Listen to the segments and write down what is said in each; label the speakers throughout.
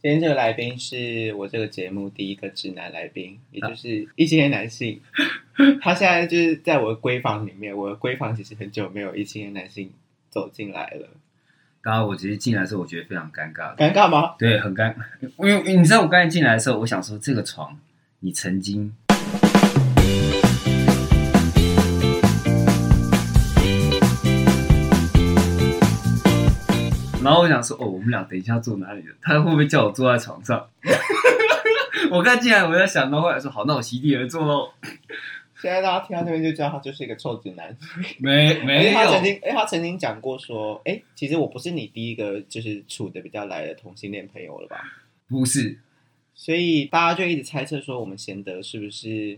Speaker 1: 今天这个来宾是我这个节目第一个直男来宾，
Speaker 2: 啊
Speaker 1: 也就是异性恋男性。 他现在就是在我的闺房里面，我的闺房其实很久没有异性恋男性走进来了，
Speaker 2: 刚刚我其实进来的时候，我觉得非常尴尬的，
Speaker 1: 尴尬吗？
Speaker 2: 对，很尴，因为因为你知道我刚才进来的时候，我想说这个床，你曾经然后我想说，哦，我们俩等一下坐哪里了？他会不会叫我坐在床上？ 我刚进来，我在想，到后来说好，那我席地而坐喽。
Speaker 1: 现在大家听到这边就知道他就是一个臭直男。
Speaker 2: 没
Speaker 1: 因为
Speaker 2: 没
Speaker 1: 他曾
Speaker 2: 有，
Speaker 1: 经，哎，他曾经讲过说，哎，其实我不是你第一个就是处的比较来的同性恋朋友了吧？
Speaker 2: 不是，
Speaker 1: 所以大家就一直猜测说，我们贤德是不是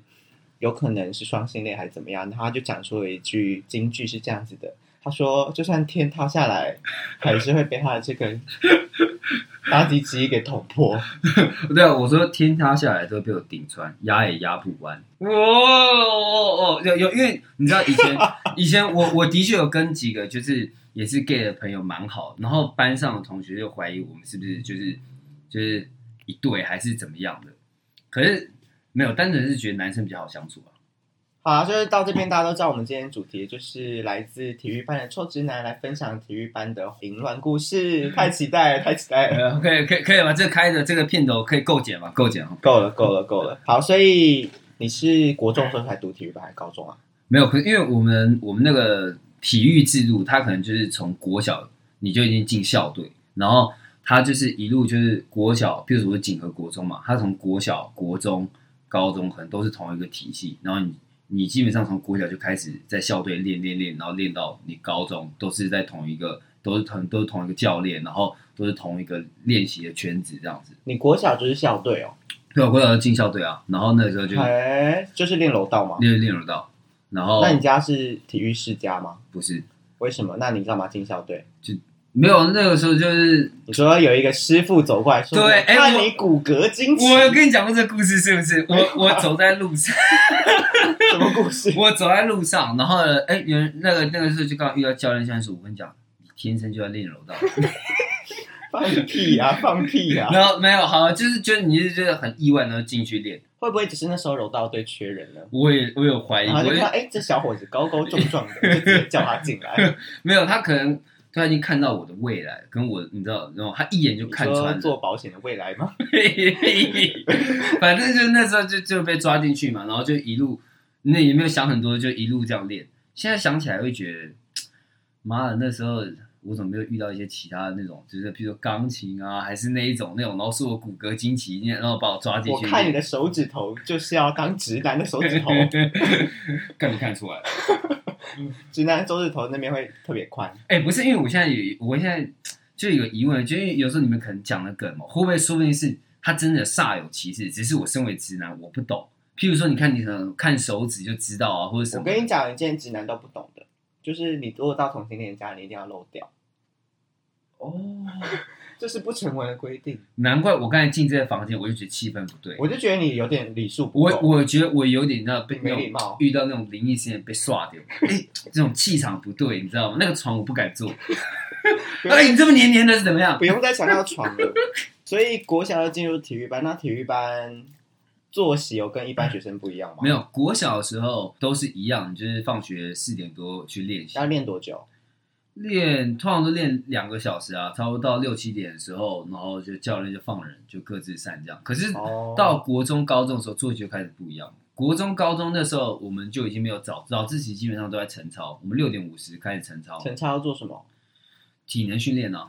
Speaker 1: 有可能是双性恋还是怎么样？然后他就讲出了一句金句是这样子的，他说：“就算天塌下来，还是会被他的这根垃圾机给捅破。
Speaker 2: 对啊，我说天塌下来都会被我顶穿，压也压不弯。哦哦哦，有有，因为你知道以 前以前我我的确有跟几个就是也是 gay 的朋友蛮好，然后班上的同学就怀疑我们是不是就是就是一对还是怎么样的，可是没有，单纯是觉得男生比较好相处啊。”
Speaker 1: 好啊，就是到这边，大家都知道我们今天主题就是来自体育班的臭直男来分享体育班的淫乱故事，太期待了，太期待了。
Speaker 2: 呃，可以可以可以吧？这开的这个片头可以够剪吗？够剪哦。
Speaker 1: 够了，够了，够了。好，所以你是国中的时候才读体育班还是高中啊？
Speaker 2: 没有，可是因为我们我们那个体育制度，它可能就是从国小你就已经进校队，然后它就是一路就是国小，比如说我锦和国中嘛，它从国小、国中、高中可能都是同一个体系，然后你你基本上从国小就开始在校队练练练，然后练到你高中都是在同一个都是同都是同一个教练，然后都是同一个练习的圈子这样子。
Speaker 1: 你国小就是校队哦，
Speaker 2: 对，我国小就进校队啊，然后那个时候就
Speaker 1: 哎，就是练柔道吗？
Speaker 2: 练练柔道，然后
Speaker 1: 那你家是体育世家吗？
Speaker 2: 不是
Speaker 1: 为什么？那你干嘛进校队？
Speaker 2: 没有那个时候就是
Speaker 1: 你说有一个师傅走过来说，
Speaker 2: 对哎
Speaker 1: 看
Speaker 2: 我
Speaker 1: 你骨骼惊奇，
Speaker 2: 我有跟你讲过这个故事是不是？我我走在路上，
Speaker 1: 什么故事？
Speaker 2: 我走在路上，然后呢，哎、有人那个那个时候就刚好遇到教练，教练说：“我跟你讲，你天生就要练柔 道。
Speaker 1: 放屁啊，放屁”啊！
Speaker 2: 然后没有，好，就是就是你是觉得很意外，然后进去练。
Speaker 1: 会不会只是那时候柔道队缺人呢？
Speaker 2: 我也我有怀疑，
Speaker 1: 然后就
Speaker 2: 我
Speaker 1: 看到，
Speaker 2: 也
Speaker 1: 哎，这小伙子高高壮壮的，就直接叫他进来。
Speaker 2: 没有，他可能他已经看到我的未来，跟我你知道，然后他一眼就
Speaker 1: 你
Speaker 2: 看
Speaker 1: 说
Speaker 2: 穿了。
Speaker 1: 做保险的未来吗？
Speaker 2: 嘿嘿嘿 反正就那时候就就被抓进去嘛，然后就一路，那也没有想很多，就一路这样练。现在想起来会觉得，妈的，那时候我怎么没有遇到一些其他的那种，就是比如说钢琴啊，还是那一种那种，然后说我骨骼惊奇，然后把我抓进
Speaker 1: 我
Speaker 2: 去。
Speaker 1: 看你的手指头就是要当直男的手指头。
Speaker 2: 看没看出来？
Speaker 1: 直男手指头那边会特别宽，
Speaker 2: 哎、不是，因为我现在有，我现在就有疑问，就因为有时候你们可能讲的梗嘛，会不会说不定是他真的煞有其事，只是我身为直男我不懂。譬如说，你看你可能看手指就知道啊，或者什
Speaker 1: 我
Speaker 2: 么。
Speaker 1: 跟你讲一件直男都不懂的，就是你如果到同性恋家，你一定要漏掉，
Speaker 2: 哦，
Speaker 1: 这是不成文的规定。
Speaker 2: 难怪我刚才进这个房间，我就觉得气氛不对。
Speaker 1: 我就觉得你有点礼数不
Speaker 2: 我
Speaker 1: 够，
Speaker 2: 我觉得我有点那被
Speaker 1: 没
Speaker 2: 那
Speaker 1: 礼
Speaker 2: 种
Speaker 1: 貌。
Speaker 2: 遇到那种灵异事件被刷掉，哎、这种气场不对，你知道吗？那个床我不敢 坐。哎、你这么黏黏的是怎么样？
Speaker 1: 不用再强调床了。所以国小要进入体育班，那体育班作息有跟一般学生不一样吗
Speaker 2: 没？有，国小的时候都是一样，就是放学四点多去练习
Speaker 1: 要，练多久？
Speaker 2: 练通常都练两个小时啊，差不多到六七点的时候，然后就教练就放人，就各自散这样。可是
Speaker 1: 哦，
Speaker 2: 到国中、高中的时候，作息就开始不一样。国中、高中那时候，我们就已经没有早早自习，基本上都在晨操。我们六点五十开始晨操，
Speaker 1: 晨操要做什么？
Speaker 2: 体能训练呢，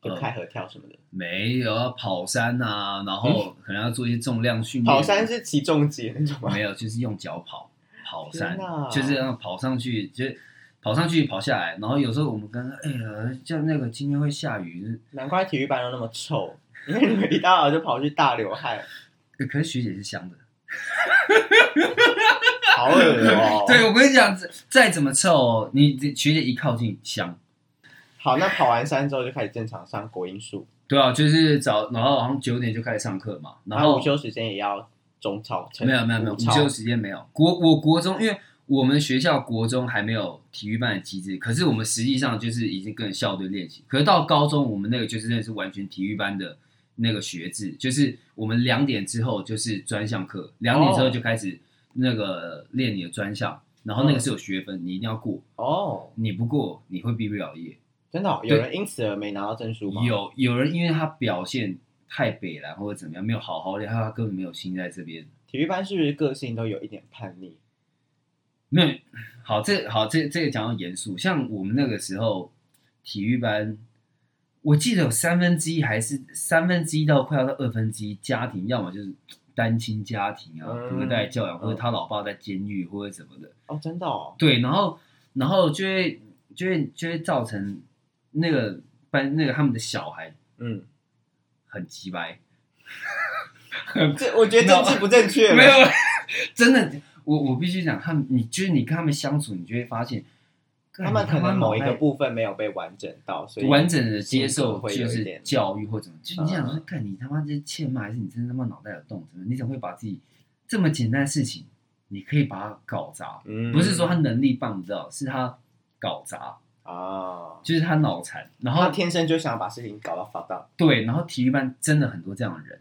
Speaker 1: 就
Speaker 2: 嗯
Speaker 1: 开合跳什么的。
Speaker 2: 没有要跑山啊，然后可能要做一些重量训练。啊
Speaker 1: 跑山是起重机那种吗？
Speaker 2: 没有，就是用脚跑跑山
Speaker 1: 天哪，
Speaker 2: 就是这样跑上去，就是跑上去跑下来。然后有时候我们跟他哎呀，叫那个今天会下雨，
Speaker 1: 难怪体育班都那么臭，因为你们一大早就跑去大流汗，
Speaker 2: 可可是学姐是香的。
Speaker 1: 好恶哦、
Speaker 2: 对，我跟你讲，再怎么臭哦，你学姐一靠近香。
Speaker 1: 好，那跑完山之后就开始正常上国英数，
Speaker 2: 对啊，就是早，然后好像九点就开始上课嘛，然
Speaker 1: 然后
Speaker 2: 后
Speaker 1: 啊午休时间也要中超，
Speaker 2: 没有没有没有午
Speaker 1: 超
Speaker 2: 休时间没有。国我国中，因为我们学校国中还没有体育班的机制，可是我们实际上就是已经跟校队练习。可是到高中，我们那个就是真的是完全体育班的那个学制，就是我们两点之后就是专项课，两点之
Speaker 1: 哦
Speaker 2: 后就开始那个练你的专项，然后
Speaker 1: 嗯
Speaker 2: 那个是有学分，你一定要过，
Speaker 1: 哦，
Speaker 2: 你不过你会毕不了业。
Speaker 1: 真的哦、有人因此而没拿到证书吗？，
Speaker 2: 有有人因为他表现太北了或者怎么样，没有好好练，他他根本没有心在这边。
Speaker 1: 体育班是不是个性都有一点叛逆？
Speaker 2: 没有好，这好这这个讲到严肃，像我们那个时候体育班，我记得有三分之一还是三分之一到快要到二分之一家庭，要么就是单亲家庭啊，
Speaker 1: 嗯
Speaker 2: 隔代教养，或者
Speaker 1: 嗯
Speaker 2: 他老爸在监狱或者什么的。
Speaker 1: 哦，真的哦，
Speaker 2: 对，然后然后就会就会就会造成那个班那个他们的小孩
Speaker 1: 嗯，
Speaker 2: 很鸡掰。
Speaker 1: 这我觉得政治不正确，
Speaker 2: 没有， 真的，我我必须讲，他们，你就是你跟他们相处，你就会发现，干
Speaker 1: 他们可
Speaker 2: 妈
Speaker 1: 能某一
Speaker 2: 脑
Speaker 1: 个
Speaker 2: 袋
Speaker 1: 部分没有被完整到，所以
Speaker 2: 完整的接
Speaker 1: 性格
Speaker 2: 受
Speaker 1: 会
Speaker 2: 就
Speaker 1: 有一
Speaker 2: 是
Speaker 1: 点
Speaker 2: 教育或怎么，就你想说，
Speaker 1: 嗯
Speaker 2: 看你他妈这是欠骂，还是你真他妈脑袋有洞？怎么你怎么会把自己这么简单的事情，你可以把它搞砸？
Speaker 1: 嗯
Speaker 2: 不是说他能力办不到，是他搞砸，
Speaker 1: 啊，
Speaker 2: 就是他脑残。然后
Speaker 1: 他天生就想把事情搞到发大，
Speaker 2: 对，然后体育班真的很多这样的人。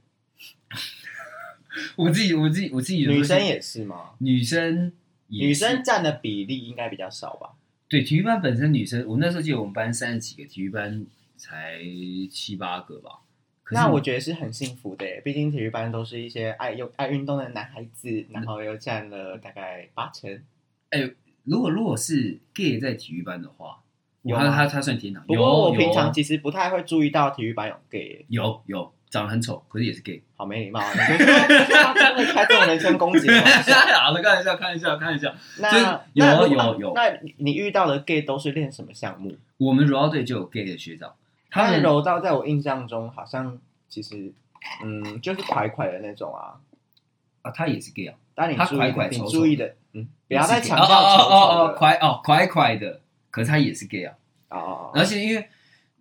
Speaker 2: 我自己，我自己，我自己有时候
Speaker 1: 女生
Speaker 2: 想
Speaker 1: 也是吗？
Speaker 2: 女生也
Speaker 1: 女
Speaker 2: 是
Speaker 1: 生占的比例应该比较少吧？
Speaker 2: 对，体育班本身女生，我那时候记得我们班三十几个，体育班才七八个吧。可是
Speaker 1: 那我觉得是很幸福的耶，毕竟体育班都是一些爱又爱运动的男孩子，然后又占了大概八成。
Speaker 2: 如果如果是 gay 在体育班的话，
Speaker 1: 有
Speaker 2: 他
Speaker 1: 吗
Speaker 2: 他他算天堂。
Speaker 1: 不
Speaker 2: 有
Speaker 1: 过我
Speaker 2: 有啊哦
Speaker 1: 平常其实不太会注意到体育班有 gay，耶
Speaker 2: 有有长得很丑，可是也是 gay。
Speaker 1: 好没礼貌啊！你就说他真的开这种人身攻 击的玩笑？
Speaker 2: 好了，开玩笑，开玩笑，开玩笑。就是
Speaker 1: 那那
Speaker 2: 有啊
Speaker 1: 如果
Speaker 2: 有有
Speaker 1: 那你遇到的 gay 都是练什么项目？
Speaker 2: 我们柔道队就有 gay 的学长，他
Speaker 1: 但
Speaker 2: 们
Speaker 1: 柔道在我印象中好像其实嗯就是快快的那种啊。
Speaker 2: 啊，他也是 gay 啊，
Speaker 1: 但你
Speaker 2: 他
Speaker 1: 注
Speaker 2: 快
Speaker 1: 意
Speaker 2: 快
Speaker 1: 的，你
Speaker 2: 丑丑
Speaker 1: 注意的，嗯，不要再
Speaker 2: 也是 gay
Speaker 1: 强调
Speaker 2: 哦哦哦哦
Speaker 1: 丑
Speaker 2: 哦
Speaker 1: 丑的
Speaker 2: 快哦快快的，可是他也是 gay 啊，
Speaker 1: 哦哦
Speaker 2: 而
Speaker 1: 哦，
Speaker 2: 且因为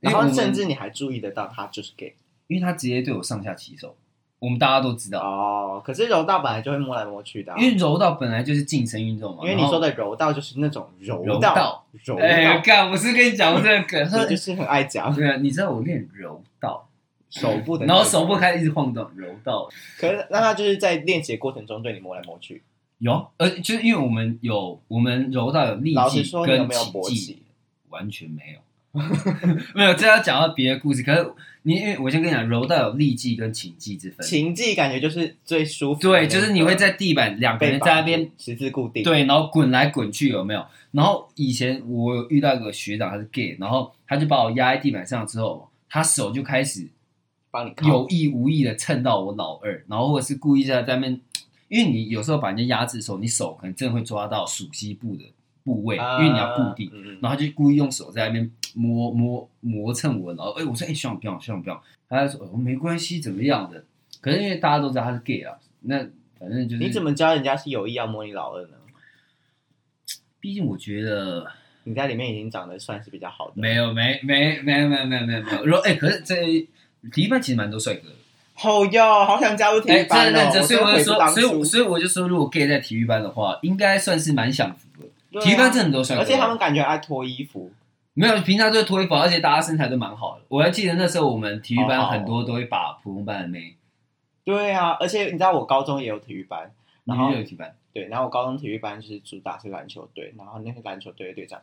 Speaker 2: 因
Speaker 1: 然
Speaker 2: 为我
Speaker 1: 后
Speaker 2: 们
Speaker 1: 甚至你还注意得到他就是 gay。
Speaker 2: 因为他直接对我上下其手，我们大家都知道。
Speaker 1: 哦，可是柔道本来就会摸来摸去的啊、
Speaker 2: 因为柔道本来就是近身运动嘛，
Speaker 1: 因为你
Speaker 2: 然后
Speaker 1: 说的柔道就是那种柔
Speaker 2: 柔道
Speaker 1: 道，柔
Speaker 2: 哎，干，我是跟你讲过这个 梗，
Speaker 1: 所
Speaker 2: 他
Speaker 1: 以就
Speaker 2: 说
Speaker 1: 是很爱讲
Speaker 2: 对啊，你知道我练柔道，
Speaker 1: 手部的那种，
Speaker 2: 然后手部开始一直晃动，柔道
Speaker 1: 可是那他就是在练习的过程中对你摸来摸去。
Speaker 2: 有，呃，就是因为我们有我们柔道有力
Speaker 1: 老
Speaker 2: 技
Speaker 1: 实说，你有
Speaker 2: 跟
Speaker 1: 没有
Speaker 2: 奇
Speaker 1: 勃
Speaker 2: 技，
Speaker 1: 起？
Speaker 2: 完全没有， 没有，这要讲到别的故事。可是你因为我先跟你讲，柔道有力技跟擒技之分，
Speaker 1: 情技感觉就是最舒服的那
Speaker 2: 对，
Speaker 1: 个，
Speaker 2: 就是你会在地板两个
Speaker 1: 被
Speaker 2: 人在那边
Speaker 1: 绑住十字固定，，
Speaker 2: 对，然后滚来滚去有没有？然后以前我有遇到一个学长，他是 gay，然后他就把我压在地板上之后，他手就开始
Speaker 1: 帮你靠
Speaker 2: 有意无意的蹭到我老二，然后或者是故意在那边，因为你有时候把人家压制的时候，你手可能真的会抓到属膝部的部位，因为你要固定，
Speaker 1: 嗯嗯嗯
Speaker 2: 然后他就故意用手在那边磨磨磨蹭我，然后哎、我说哎、学长不要学长不要，他就说、哦、没关系怎么样的，可是因为大家都知道他是 gay 啊，那反正就是
Speaker 1: 你怎
Speaker 2: 么，
Speaker 1: 么知道人家是有意要摸你老二呢？
Speaker 2: 毕竟我觉得。
Speaker 1: 你在里面已经长得算是比较好的，
Speaker 2: 没有，没没没没没没没有。然后哎，可是这体育班其实蛮多帅哥的。
Speaker 1: 好哟，好想加入体
Speaker 2: 哎，
Speaker 1: 育
Speaker 2: 真
Speaker 1: 班
Speaker 2: 的
Speaker 1: 哦！
Speaker 2: 认真，所以
Speaker 1: 真
Speaker 2: 我就
Speaker 1: 悔不
Speaker 2: 说，
Speaker 1: 当
Speaker 2: 所以我
Speaker 1: 初
Speaker 2: 所以我就说，如果 gay 在体育班的话，应该算是蛮享福的。
Speaker 1: 对啊
Speaker 2: 体育班真的很多帅哥，
Speaker 1: 而且他们感觉爱脱衣服，
Speaker 2: 没有平常都会脱衣服，而且大家身材都蛮好的。我还记得那时候我们体育班
Speaker 1: 好好
Speaker 2: 很多都会把普通班的妹，
Speaker 1: 对啊，而且你知道我高中也有体育班，然
Speaker 2: 你
Speaker 1: 后
Speaker 2: 也有体育班，
Speaker 1: 对，然后我高中体育班就是主打是篮球队，然后那个篮球队的队长，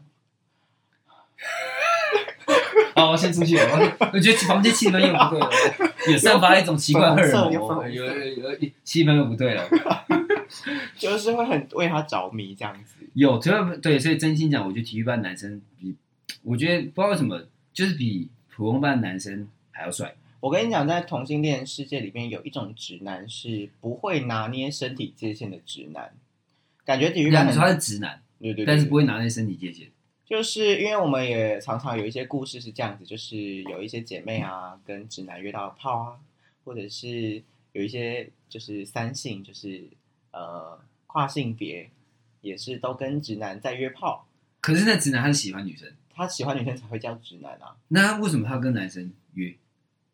Speaker 2: 哦，我先出去了。我我觉得房间气氛又不对了，也散发一种奇怪的荷尔
Speaker 1: 有
Speaker 2: 蒙，有
Speaker 1: 粉
Speaker 2: 有有有气氛又不对了。
Speaker 1: 就是会很为他着迷这样子。
Speaker 2: 有，主要对，所以真心讲，我觉得体育班男生比，我觉得不知道为什么，就是比普通班男生还要帅。
Speaker 1: 我跟你讲，在同性恋世界里面，有一种直男是不会拿捏身体界限的直男，感觉体育班
Speaker 2: 那你说他
Speaker 1: 很
Speaker 2: 是直男，
Speaker 1: 对对对，
Speaker 2: 但是不
Speaker 1: 会，
Speaker 2: 会拿那身体界限。
Speaker 1: 就是因为我们也常常有一些故事是这样子，就是有一些姐妹啊跟直男约到炮啊，或者是有一些就是三性，就是呃跨性别，也是都跟直男在约炮。
Speaker 2: 可是那直男他是喜欢女生，
Speaker 1: 他喜欢女生才会叫直男啊，
Speaker 2: 那他为什么他跟男生约？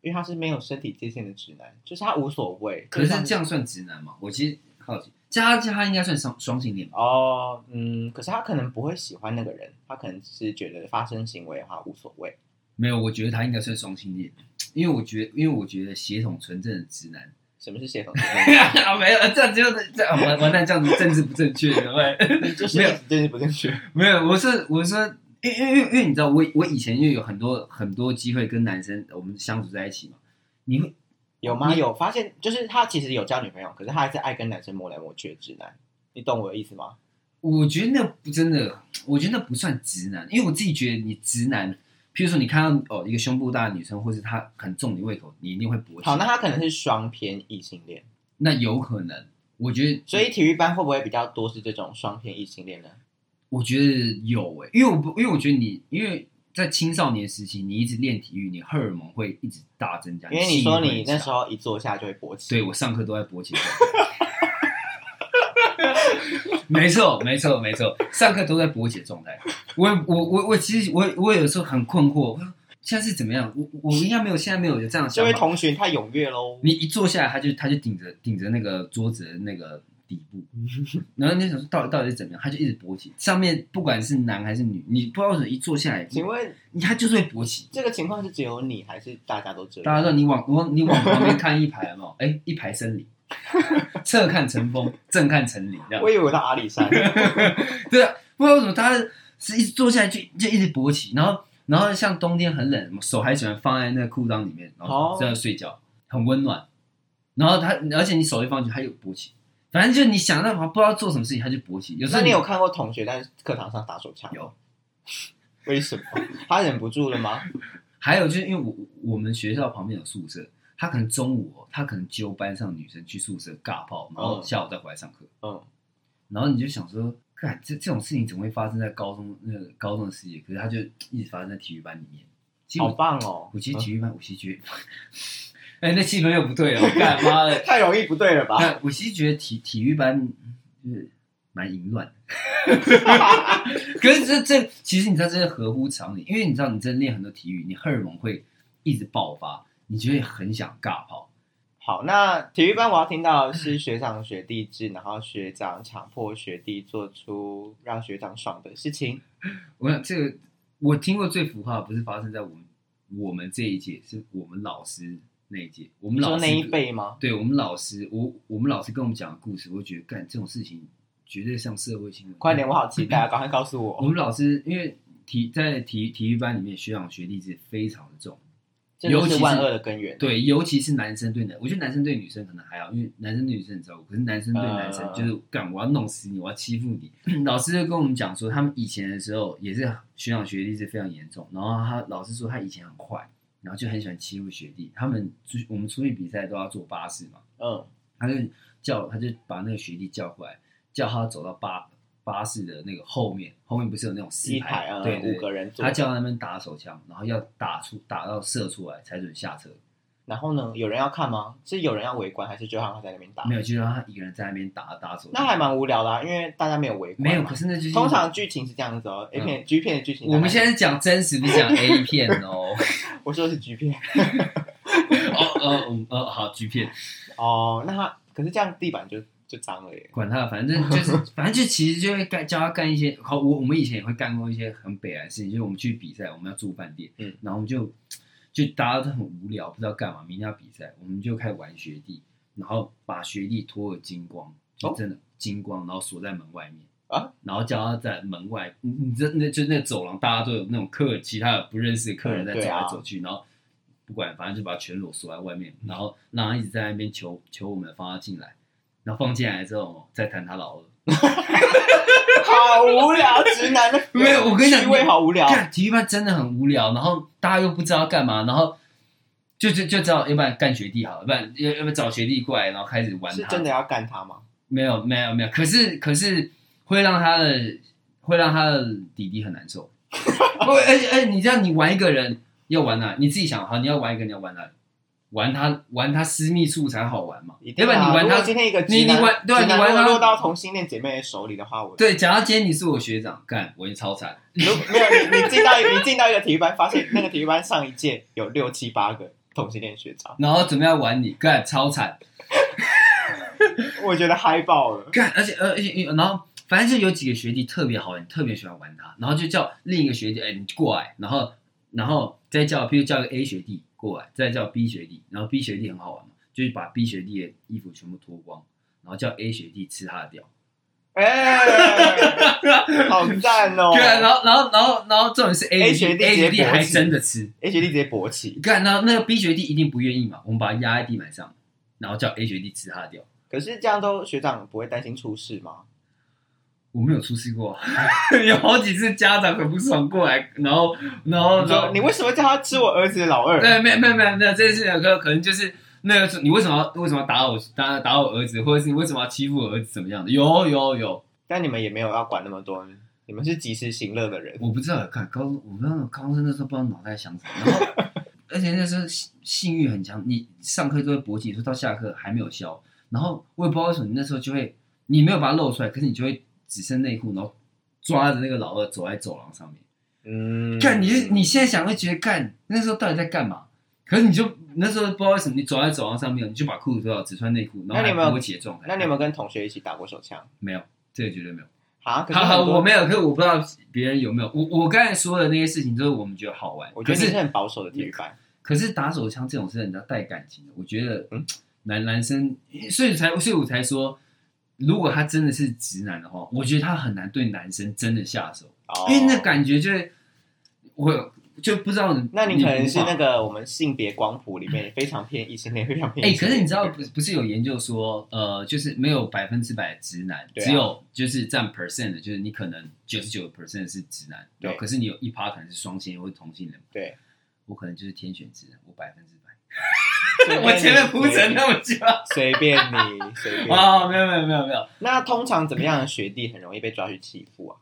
Speaker 1: 因为他是没有身体界限的直男，就是他无所谓。
Speaker 2: 可是
Speaker 1: 就
Speaker 2: 这样算直男吗？我其实好奇，加加他应该算双双性恋吧？
Speaker 1: 哦，嗯，可是他可能不会喜欢那个人，他可能只是觉得发生行为的话无所谓。
Speaker 2: 没有，我觉得他应该算双性恋，因为我觉得，因为我觉得血统纯正的直男，
Speaker 1: 什么是协同？
Speaker 2: 啊没有，这样只有这样完完蛋，这样子政治不正确，对不对？
Speaker 1: 你就是
Speaker 2: 没有
Speaker 1: 政治不正确。
Speaker 2: 没有，我是我是说，因为因为因为你知道，我我以前就有很多很多机会跟男生我们相处在一起嘛，你会
Speaker 1: 有吗？有发现，就是他其实有交女朋友，可是他还是爱跟男生摸来摸去的直男。你懂我的意思吗？
Speaker 2: 我觉得那不真的，我觉得那不算直男，因为我自己觉得你直男，譬如说你看到哦一个胸部大的女生，或是她很重你胃口，你一定会勃起。
Speaker 1: 好，那他可能是双偏异性恋，
Speaker 2: 那有可能，我觉得，
Speaker 1: 所以体育班会不会比较多是这种双偏异性恋呢？
Speaker 2: 我觉得有欸诶、因为我不，因为我觉得你，因为在青少年时期，你一直练体育，你荷尔蒙会一直大增加。
Speaker 1: 因为你说你那时
Speaker 2: 候，
Speaker 1: 候一坐下就会勃起，
Speaker 2: 对我上课都在勃起。没错，没错，没错，上课都在勃起的状态。我我我我其实我我有时候很困惑，我说现在是怎么样？我我应该没有现在没有这样的
Speaker 1: 这
Speaker 2: 想
Speaker 1: 位
Speaker 2: 法。
Speaker 1: 同学太踊跃喽。
Speaker 2: 你一坐下来，他就他就顶着顶着那个桌子的那个底部，然后你想说到底到底是怎么样，他就一直勃起。上面不管是男还是女，你不知道为什么一坐下来，
Speaker 1: 请问
Speaker 2: 你他就是会勃起。
Speaker 1: 这个情况是只有你，还是大家都这
Speaker 2: 大家
Speaker 1: 样？
Speaker 2: 知道你往往你往旁边看一排有没有？ 哎，一排森林，侧看成峰，正看成林，这样
Speaker 1: 我。以为我到阿里 山，
Speaker 2: 对啊，不知道为什么大家是一直坐下来就就一直勃起，然后然后像冬天很冷，手还喜欢放在那个裤裆里面，然后
Speaker 1: 哦
Speaker 2: 这样睡觉，很温暖。然后他，而且你手一放进去，他又勃起。反正就是你想到不知道做什么事情，他就勃起。有时
Speaker 1: 那
Speaker 2: 候
Speaker 1: 你有看过同学在课堂上打手枪？
Speaker 2: 有。
Speaker 1: 为什么？他忍不住了吗？
Speaker 2: 还有就是因为我我我们学校旁边有宿舍，他可能中午哦、他可能揪班上女生去宿舍尬泡，然后
Speaker 1: 嗯
Speaker 2: 下午再回来上课。
Speaker 1: 嗯，
Speaker 2: 然后你就想说，看这这种事情怎么会发生在高中那个高中的世界？可是他就一直发生在体育班里面。其实我
Speaker 1: 好棒哦！
Speaker 2: 我其实体育班，我其实觉得， 哎、那气氛又不对了， 干妈的！
Speaker 1: 太容易不对了吧？
Speaker 2: 那我其实觉得体体育班就是蛮淫乱的， 可是这这其实你知道这是合乎常理，因为你知道你真的练很多体育，你荷尔蒙会一直爆发，你就会很想尬跑。
Speaker 1: 好，那体育班我要听到的是学长学弟制，然后学长强迫学弟做出让学长爽的事情。
Speaker 2: 我想这个我听过最浮夸，不是发生在我们我们这一届，是我们老师那一届，我
Speaker 1: 你
Speaker 2: 们老
Speaker 1: 说
Speaker 2: 师
Speaker 1: 那一辈吗？
Speaker 2: 对我们老师，我我们老师跟我们讲的故事，我觉得干这种事情绝对上社会新闻。
Speaker 1: 快点，我好期待
Speaker 2: 嗯
Speaker 1: 啊！赶快告诉
Speaker 2: 我
Speaker 1: 我，
Speaker 2: 们老师因为体在体体育班里面，学长学弟制非常的重，
Speaker 1: 这就
Speaker 2: 尤其
Speaker 1: 是
Speaker 2: 是
Speaker 1: 万恶的根源。
Speaker 2: 对，尤其是男生对男，我觉得男生对女生可能还好，因为男生对女生很照顾，可是男生对男生
Speaker 1: 呃
Speaker 2: 就是干、我要弄死你，我要欺负你。老师就跟我们讲说，他们以前的时候也是学长学弟制非常严重，然后他老师说他以前很坏，然后就很喜欢欺负学弟。他们出我们出去比赛都要坐巴士嘛，
Speaker 1: 嗯，
Speaker 2: 他就叫他就把那个学弟叫过来，叫他走到巴巴士的那个后面，后面不是有那种四
Speaker 1: 一排啊，
Speaker 2: 对对
Speaker 1: 五个人坐
Speaker 2: 他。叫他们打手枪，然后要打出打到射出来才准下车，
Speaker 1: 然后呢，有人要看吗？是有人要围观，还是就让他在那边打？
Speaker 2: 没有就让他一个人在那边打打手枪。
Speaker 1: 那还蛮无聊的、啊，因为大家没有围观嘛。
Speaker 2: 没有，可是那就是
Speaker 1: 通常剧情是这样子哦。A 片、G 片的剧情大概，
Speaker 2: 我们现在是讲真实，不是讲 A 片 哦。
Speaker 1: 我说的是 G 片
Speaker 2: 哦哦嗯哦，好 G 片，
Speaker 1: 哦。那他可是这样地板就就脏了 耶。
Speaker 2: 管他，反正就是反正就其实就会干教他干一些好，我我们以前也会干过一些很北来的事情，就是我们去比赛，我们要住饭店，
Speaker 1: 嗯，
Speaker 2: 然后我们就就大家都很无聊，不知道干嘛，明天要比赛，我们就开始玩学弟，然后把学弟脱了精光，就
Speaker 1: 哦
Speaker 2: 真的精光，然后锁在门外面。
Speaker 1: 啊，
Speaker 2: 然后叫他在门外，你你这那就那走廊，大家都有那种客人，其他的不认识的客人在
Speaker 1: 嗯
Speaker 2: 走
Speaker 1: 对啊
Speaker 2: 来走去，然后不管，反正就把他全裸锁在外面，然后让他一直在那边求求我们放他进来，然后放进来之后再谈他老二。
Speaker 1: 好无聊，直男的
Speaker 2: 没有我跟你讲
Speaker 1: 趣味好无聊。
Speaker 2: 干体育班真的很无聊，然后大家又不知道干嘛，然后就就就知道，要不然干学弟好了，要不然要要不然找学弟过来，然后开始玩
Speaker 1: 是
Speaker 2: 他。
Speaker 1: 真的要干他吗？
Speaker 2: 没有没有没有，可是可是会让他的会让他的弟弟很 难受。不，而且而且你这样，你玩一个人要玩哪？你自己想好，你要玩一个人要玩哪里？玩他玩他私密处才好玩嘛，
Speaker 1: 一定
Speaker 2: 要不然
Speaker 1: 啊
Speaker 2: 你玩
Speaker 1: 如果
Speaker 2: 他
Speaker 1: 今天一个直
Speaker 2: 你你
Speaker 1: 男
Speaker 2: 玩对啊
Speaker 1: 直男
Speaker 2: 你玩
Speaker 1: 如果
Speaker 2: 他
Speaker 1: 落到同性恋姐妹的手里的话，我
Speaker 2: 对。假如今天你是我学长，干我也超惨，
Speaker 1: 如没有你你进到你进到一个体育班，发现那个体育班上一届有六七八个同性恋学长，
Speaker 2: 然后准备要玩你，干超惨，
Speaker 1: 我觉得嗨爆了。
Speaker 2: 干，而且呃而且然后反正就有几个学弟特别好玩，特别喜欢玩他，然后就叫另一个学弟，哎、你过来，然后然后再叫，譬如叫个 A 学弟过来，再叫 B 学弟，然后 B 学弟很好玩嘛，就是把 B 学弟的衣服全部脱光，然后叫 A 学弟吃他的屌。
Speaker 1: 哎、好赞 哦！
Speaker 2: 对啊，然后然后然后然后重点是 A
Speaker 1: A 学弟
Speaker 2: A 学
Speaker 1: 直接
Speaker 2: 弟
Speaker 1: 勃
Speaker 2: 还
Speaker 1: 起
Speaker 2: 真的吃，
Speaker 1: A 学弟直接勃起，
Speaker 2: 干，然后那个 B 学弟一定不愿意嘛，我们把他压在地板上，然后叫 A 学弟吃他的屌。
Speaker 1: 可是这样都学长不会担心出事吗？
Speaker 2: 我没有出事过，啊 有好几次家长很不爽过来，然后然后
Speaker 1: 你
Speaker 2: 然
Speaker 1: 说
Speaker 2: 后
Speaker 1: 你为什么叫他吃我儿子的老二？
Speaker 2: 对，没有没有没有没有，这件事情可可能就是那个是你为什么要为什么要打我打打我儿子，或者是你为什么要欺负我儿子怎么样的？有有有，
Speaker 1: 但你们也没有要管那么多，你们是及时行乐的人。
Speaker 2: 我不知道，看高我不知道高中生那时候不知道脑袋想什么，然后而且那时候性性欲很强，你上课都会勃起，说到下课还没有消，然后我也不知道为什么你那时候就会你没有把它露出来，可是你就会只剩内裤，然后抓着那个老二走在走廊上面。
Speaker 1: 嗯，
Speaker 2: 干，啊你就你现在想会觉得干，那时候到底在干嘛？可是你就那时候不知道为什么，你走在走廊上面，你就把裤子脱掉，只穿内裤，然
Speaker 1: 那
Speaker 2: 后
Speaker 1: 你
Speaker 2: 还
Speaker 1: 有没有
Speaker 2: 勃起的状态。
Speaker 1: 嗯那你有没有跟同学一起打过手枪？
Speaker 2: 没有？这个绝对没有。
Speaker 1: 啊，可是
Speaker 2: 好好，
Speaker 1: 很多
Speaker 2: 我没有，可是我不知道别人有没有。我我刚才说的那些事情，都是我们觉得好玩。
Speaker 1: 我觉得
Speaker 2: 可
Speaker 1: 你是
Speaker 2: 是
Speaker 1: 很保守的体育班。
Speaker 2: 可是打手枪这种事，你要带感情的。我觉得，
Speaker 1: 嗯
Speaker 2: 男男生，所以才所以我才说，如果他真的是直男的话，我觉得他很难对男生真的下手，
Speaker 1: 哦
Speaker 2: 因为那，感觉就是我就不知道你。
Speaker 1: 那你可能是
Speaker 2: 无法
Speaker 1: 那个我们性别光谱里面非常偏异性恋，非常偏
Speaker 2: 哎、
Speaker 1: 异性恋。
Speaker 2: 可是你知道不是不是有研究说，呃，就是没有百分之百的直男，
Speaker 1: 对啊
Speaker 2: 只有就是占 percent 的，就是你可能九十九 percent 是直男，
Speaker 1: 对
Speaker 2: 吧可是你有一趴可能是双性恋或是同性恋，
Speaker 1: 对，
Speaker 2: 我可能就是天选之人，我百分之百。
Speaker 1: 随便
Speaker 2: 我前面
Speaker 1: 你
Speaker 2: 铺陈那么久
Speaker 1: 随便你，随便你。
Speaker 2: 啊，没有没有没有没有，
Speaker 1: 那通常怎么样的学弟很容易被抓去欺负啊？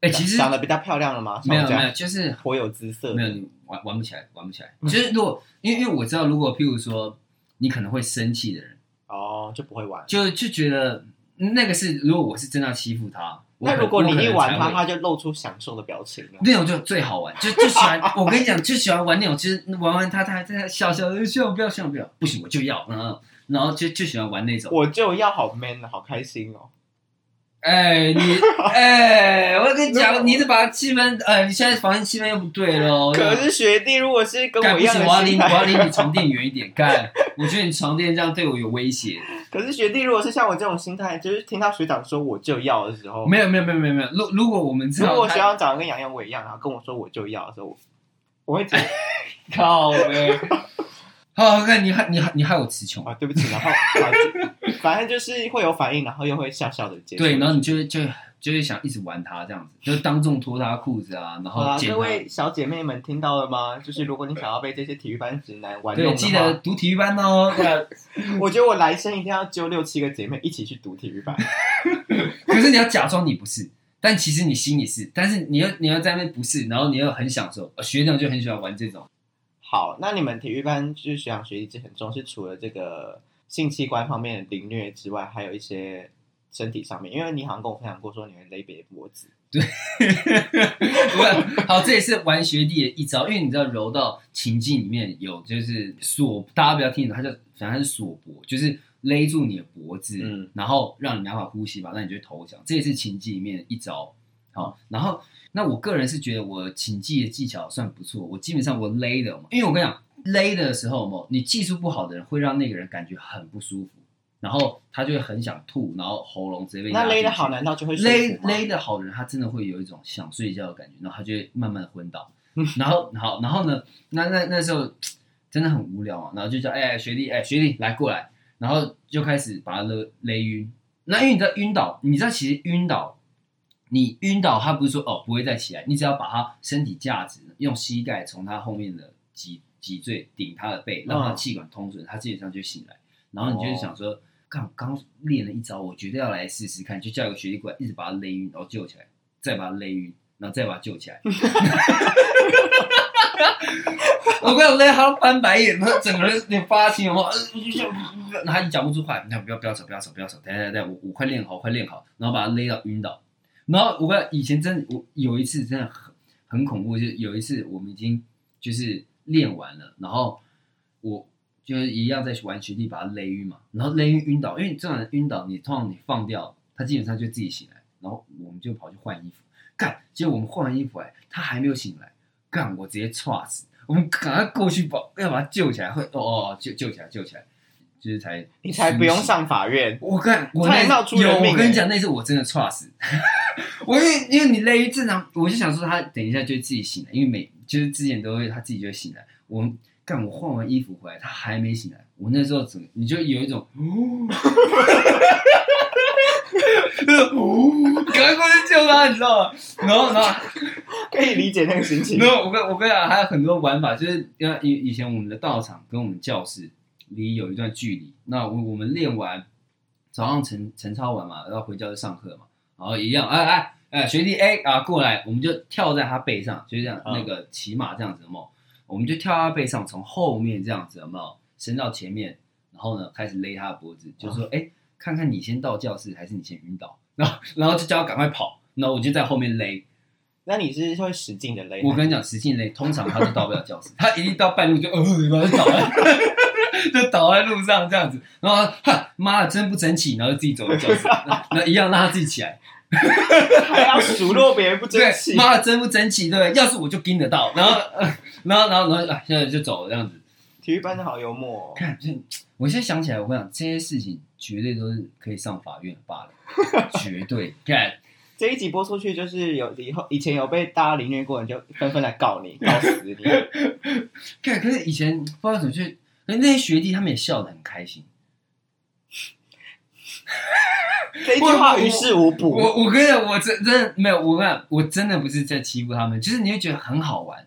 Speaker 2: 哎、其实
Speaker 1: 长得比较漂亮了吗？
Speaker 2: 没有
Speaker 1: 像我这样
Speaker 2: 没有，就是
Speaker 1: 颇有姿色
Speaker 2: 没有，
Speaker 1: 的。
Speaker 2: 你玩玩不起来，玩不起来。就是如果因为因为我知道，如果譬如说你可能会生气的人，
Speaker 1: 哦，就不会玩。
Speaker 2: 就就觉得那个是如果我是真的要欺负他，我
Speaker 1: 那
Speaker 2: 可
Speaker 1: 如果
Speaker 2: 我
Speaker 1: 你
Speaker 2: 可
Speaker 1: 一
Speaker 2: 能
Speaker 1: 玩
Speaker 2: 才
Speaker 1: 他，
Speaker 2: 会
Speaker 1: 他就露出享受的表情了。
Speaker 2: 那种就最好玩，就就喜欢。 我跟你讲，就喜欢玩那种，就是玩完他，他还在笑笑，呃千万不要，千万不要，不行我就要，然后然后就就喜欢玩那种。
Speaker 1: 我就要好 man 啊，好开心哦！
Speaker 2: 哎，你 哎，我跟你
Speaker 1: 如果
Speaker 2: 讲，你是把气氛，呃，你现在房间气氛又不对喽。
Speaker 1: 可是学弟如果是跟
Speaker 2: 干
Speaker 1: 我
Speaker 2: 不
Speaker 1: 一样
Speaker 2: 行，我要
Speaker 1: 的
Speaker 2: 离
Speaker 1: 心
Speaker 2: 我
Speaker 1: 态，
Speaker 2: 要离你床垫远一点。干，我觉得你床垫这样对我有威胁。
Speaker 1: 可是学弟如果是像我这种心态，就是听到学长说我就要的时候，
Speaker 2: 没有没有没有没有没有，如如果我们知
Speaker 1: 如果
Speaker 2: 道
Speaker 1: 学
Speaker 2: 他
Speaker 1: 长长得跟杨洋伟一样，然后跟我说我就要的时候，我我会觉得
Speaker 2: 靠呗，好，看你害你害你害我词穷。
Speaker 1: 啊对不起，然后反正反正就是会有反应，然后又会笑笑的接受。
Speaker 2: 对，然后你就会就会就会想一直玩他这样子，就是当众脱他裤子啊，然
Speaker 1: 好
Speaker 2: 后
Speaker 1: 啦，
Speaker 2: 剪
Speaker 1: 各
Speaker 2: 他。
Speaker 1: 位小姐妹们听到了吗？就是如果你想要被这些体育班直男玩
Speaker 2: 对，
Speaker 1: 弄
Speaker 2: 记
Speaker 1: 的
Speaker 2: 得
Speaker 1: 话，
Speaker 2: 读体育班哦。
Speaker 1: 我觉得我来生一定要揪六七个姐妹一起去读体育班。
Speaker 2: 可是你要假装你不是，但其实你心里是，但是你要你要在那边不是，然后你又很享受。呃学长就很喜欢玩这种，
Speaker 1: 好，那你们体育班就是学长学弟制很重视，除了这个性器官方面的凌虐之外，还有一些身体上面，因为你好像跟我分享过说你会勒别人脖子，
Speaker 2: 不啊好，这也是玩学弟的一招，因为你知道柔道情境里面有就是锁，大家不要听懂，它叫反正它是锁脖，就是勒住你的脖子，
Speaker 1: 嗯
Speaker 2: 然后让你没办法呼吸吧，那你就会投降，这也是情境里面的一招。好，然后那我个人是觉得我情技的技巧算不错，我基本上我勒的，因为我跟你讲，勒的时候嘛，你技术不好的人会让那个人感觉很不舒服，然后他就会很想吐，然后喉咙直接被
Speaker 1: 那
Speaker 2: 压
Speaker 1: 勒
Speaker 2: 进
Speaker 1: 的
Speaker 2: 去
Speaker 1: 好，难道就会舒服
Speaker 2: 勒
Speaker 1: 吗
Speaker 2: 勒的好人，他真的会有一种想睡觉的感觉，然后他就会慢慢地昏倒。 然后好，然后呢，那那那时候真的很无聊嘛，然后就叫哎、学弟哎、学弟来过来，然后就开始把他勒勒晕。那因为你知道晕倒，你知道其实晕倒，你晕倒他不是说哦不会再起来，你只要把他身体架直，用膝盖从他后面的脊脊椎顶他的背，让他
Speaker 1: 嗯
Speaker 2: 气管通顺，他基本上就醒来。然后你就会想说，干、我刚练了一招，我绝对要来试试看，就叫一个学弟过来，一直把他勒晕，然后救起来，再把他勒晕，然后再把他救起来。我跟我勒他翻白眼，他整个人有点发青，我然后他就讲不出话，你看不要不要走不要走不要走，等一下等一下我我快练好我快练好，然后把他勒到晕倒。然后我跟你讲以前真的我有一次真的很很恐怖，就是有一次我们已经就是练完了，然后我就是一样在玩学弟把他勒晕嘛，然后勒晕晕倒，因为这种人晕倒，你通常你放掉，他基本上就自己醒来，然后我们就跑去换衣服，干，结果我们换完衣服哎，他还没有醒来，干，我直接踹死，我们赶快过去把要把他救起来，会哦哦救救起来救起来，就是才
Speaker 1: 你才不用
Speaker 2: 苏醒
Speaker 1: 上法院，
Speaker 2: 我看我
Speaker 1: 差点
Speaker 2: 那
Speaker 1: 闹出
Speaker 2: 有，
Speaker 1: 人命
Speaker 2: 我跟
Speaker 1: 欸
Speaker 2: 你讲，那次我真的 trust，我因为因为你累于正常，我就想说他等一下就自己醒来，因为每就是之前都会他自己就会醒来。我干，我换完衣服回来，他还没醒来。我那时候怎么你就有 一种， 哦，哦赶快过去救他，你知道吗？然后然后
Speaker 1: 可以理解那个心情
Speaker 2: 没。有，我跟我跟你讲，还有很多玩法，就是要以以前我们的道场跟我们教室离有一段距离。那我我们练完，早上晨晨操完嘛，然后回教室上课嘛，然后一样，哎哎哎，学弟 A 啊过来，我们就跳在他背上，就是这样、
Speaker 1: 嗯
Speaker 2: 那个骑马这样子的嘛，我们就跳到他背上，从后面这样子的嘛伸到前面，然后呢开始勒他的脖子，就说哎、看看你先到教室还是你先晕倒，然后然后就叫他赶快跑，然后我就在后面勒。
Speaker 1: 那你是会使劲的勒？
Speaker 2: 我跟你讲，实际嘞，通常他就到不了教室，他一定到半路就呃，然后就倒在，就倒在路上这样子，然后他哈妈的真不争气，然后就自己走到教室，那那一样让他自己起来，
Speaker 1: 还要数落别人不争
Speaker 2: 对，
Speaker 1: 气，
Speaker 2: 妈的真不争气，对，要是我就盯得到，然后呃然后然后然后啊，现在就走了这样子。
Speaker 1: 体育班的好幽默、哦。
Speaker 2: 看，这我现在想起来，我跟你讲这些事情绝对都是可以上法院的罢了，绝对看。
Speaker 1: 这一集播出去，就是有以后以前有被大家凌虐过，你就纷纷来告你，告死你。
Speaker 2: 看，可是以前不知道怎么去，可是那些学弟他们也笑得很开心。
Speaker 1: 这一句话于事无补。
Speaker 2: 我我跟你讲，我真真的没有，我跟你讲，我真的不是在欺负他们，就是你会觉得很好玩，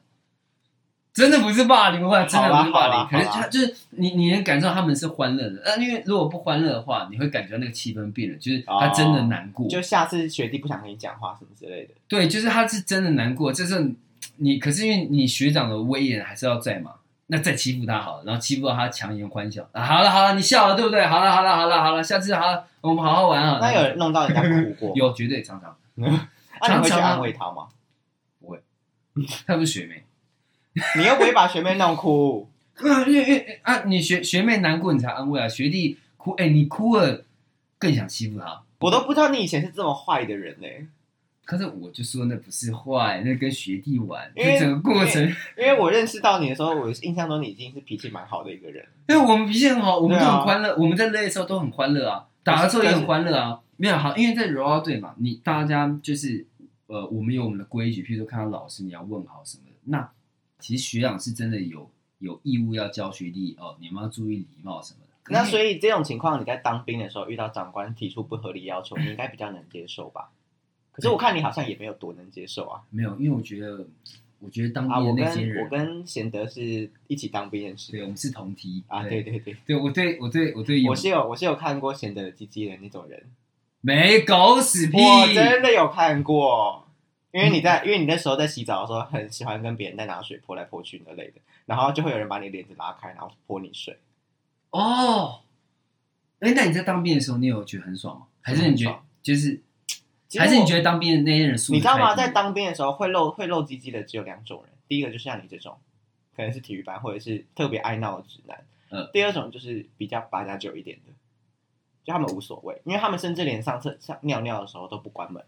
Speaker 2: 真的不是霸凌，我讲真的不是霸
Speaker 1: 好
Speaker 2: 凌
Speaker 1: 啦，好
Speaker 2: 可
Speaker 1: 啦
Speaker 2: 是他就是你你能感受到他们是欢乐的，呃，因为如果不欢乐的话，你会感觉到那个气氛变了，就是他真的难过，
Speaker 1: 就下次学弟不想跟你讲话什么之类的，
Speaker 2: 对，就是他是真的难过，就是你，可是因为你学长的威严还是要在嘛。那再欺负他好了，然后欺负到他强颜欢笑。啊、好了好了，你笑了对不对？好了好了好了好了，下次好了，我们好好玩啊。
Speaker 1: 那有人弄到人家哭过，
Speaker 2: 有啊绝对常常，
Speaker 1: 那你会去安慰他吗？
Speaker 2: 他不是学妹。
Speaker 1: 你又不会把学妹弄哭，
Speaker 2: 啊，因为因为啊，你学学妹难过你才安慰啊，学弟哭，哎、你哭了更想欺负他。
Speaker 1: 我都不知道你以前是这么坏的人呢、欸
Speaker 2: 可是我就说那不是坏，那跟学弟玩，
Speaker 1: 因为
Speaker 2: 这整个过程，
Speaker 1: 因为我认识到你的时候，我印象中你已经是脾气蛮好的一个人。
Speaker 2: 因为我们脾气很好，我们都
Speaker 1: 对啊
Speaker 2: 很欢乐，我们在累的时候都很欢乐啊，打的时候也很欢乐啊。没有好，因为在柔道队嘛，你大家就是呃，我们有我们的规矩，譬如说看到老师你要问好什么的。那其实学长是真的有有义务要教学弟哦，你们要注意礼貌什么的。
Speaker 1: 那嗯所
Speaker 2: 以
Speaker 1: 以这种情况，你在当兵的时候遇到长官提出不合理要求，你应该比较能接受吧？可是我看你好像也没有多能接受啊。
Speaker 2: 没有，因为我觉得，我觉得当
Speaker 1: 啊，我
Speaker 2: 嗯兵的那些
Speaker 1: 跟
Speaker 2: 人，
Speaker 1: 我跟贤德是一起当兵认识
Speaker 2: 对，
Speaker 1: 的
Speaker 2: 我们是同梯
Speaker 1: 啊，对，对对，
Speaker 2: 对我对我对我对有
Speaker 1: 我是有我是有看过贤德的鸡鸡的那种人，
Speaker 2: 没狗屎屁，
Speaker 1: 我真的有看过。因为你在，因为你那时候在洗澡的时候，很喜欢跟别人在拿水泼来泼去那类的，然后就会有人把你帘子拉开，然后泼你水。
Speaker 2: 哦。哎，那你在当兵的时候，你有觉得很爽吗？还是你觉
Speaker 1: 很
Speaker 2: 得
Speaker 1: 爽
Speaker 2: 就是，
Speaker 1: 其实
Speaker 2: 还是
Speaker 1: 我
Speaker 2: 你觉得当兵的那些人素质
Speaker 1: 你知道吗？
Speaker 2: 太
Speaker 1: 在
Speaker 2: 低
Speaker 1: 当兵的时候会露会露鸡鸡的只有两种人，第一个就像你这种，可能是体育班或者是特别爱闹的直男。
Speaker 2: 嗯
Speaker 1: 第二种就是比较八加九一点的，就他们无所谓，因为他们甚至连上厕上尿尿的时候都不关门，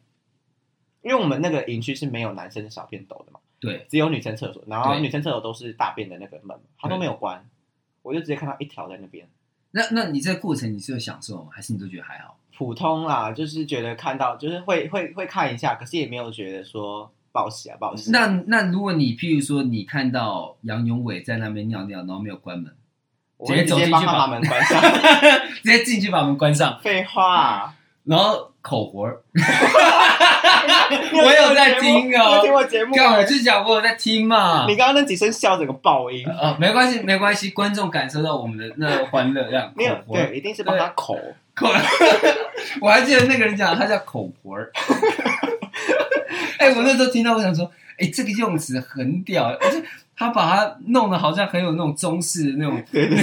Speaker 1: 因为我们那个营区是没有男生的小便斗的嘛，
Speaker 2: 对，
Speaker 1: 只有女生厕所，然后
Speaker 2: 对
Speaker 1: 女生厕所都是大便的那个门，他都没有关，我就直接看到一条在那边。
Speaker 2: 那那你在过程你是有享受吗？还是你都觉得还好？
Speaker 1: 普通啦，就是觉得看到，就是会会会看一下，可是也没有觉得说报喜啊报喜。
Speaker 2: 那那如果你譬如说你看到杨永伟在那边尿尿，然后没有关门，
Speaker 1: 我会直接帮他把门关上。
Speaker 2: 直接进去把门关上，
Speaker 1: 废话，
Speaker 2: 然后口活儿，
Speaker 1: 你听
Speaker 2: 我有在听
Speaker 1: 节目
Speaker 2: 哦
Speaker 1: 你有听我节目
Speaker 2: 干我
Speaker 1: 欸。
Speaker 2: 就讲我有在听嘛。
Speaker 1: 你刚刚那几声笑，整个爆音。
Speaker 2: 呃，没关系，没关系，观众感受到我们的那个欢乐，这样
Speaker 1: 没有
Speaker 2: 口活儿
Speaker 1: 对，一定是帮他口。
Speaker 2: 口， 我还记得那个人讲他叫口婆儿。 哎、我那时候听到，我想说，哎、这个用词很屌，而且他把它弄得好像很有那种中式的那种、那种、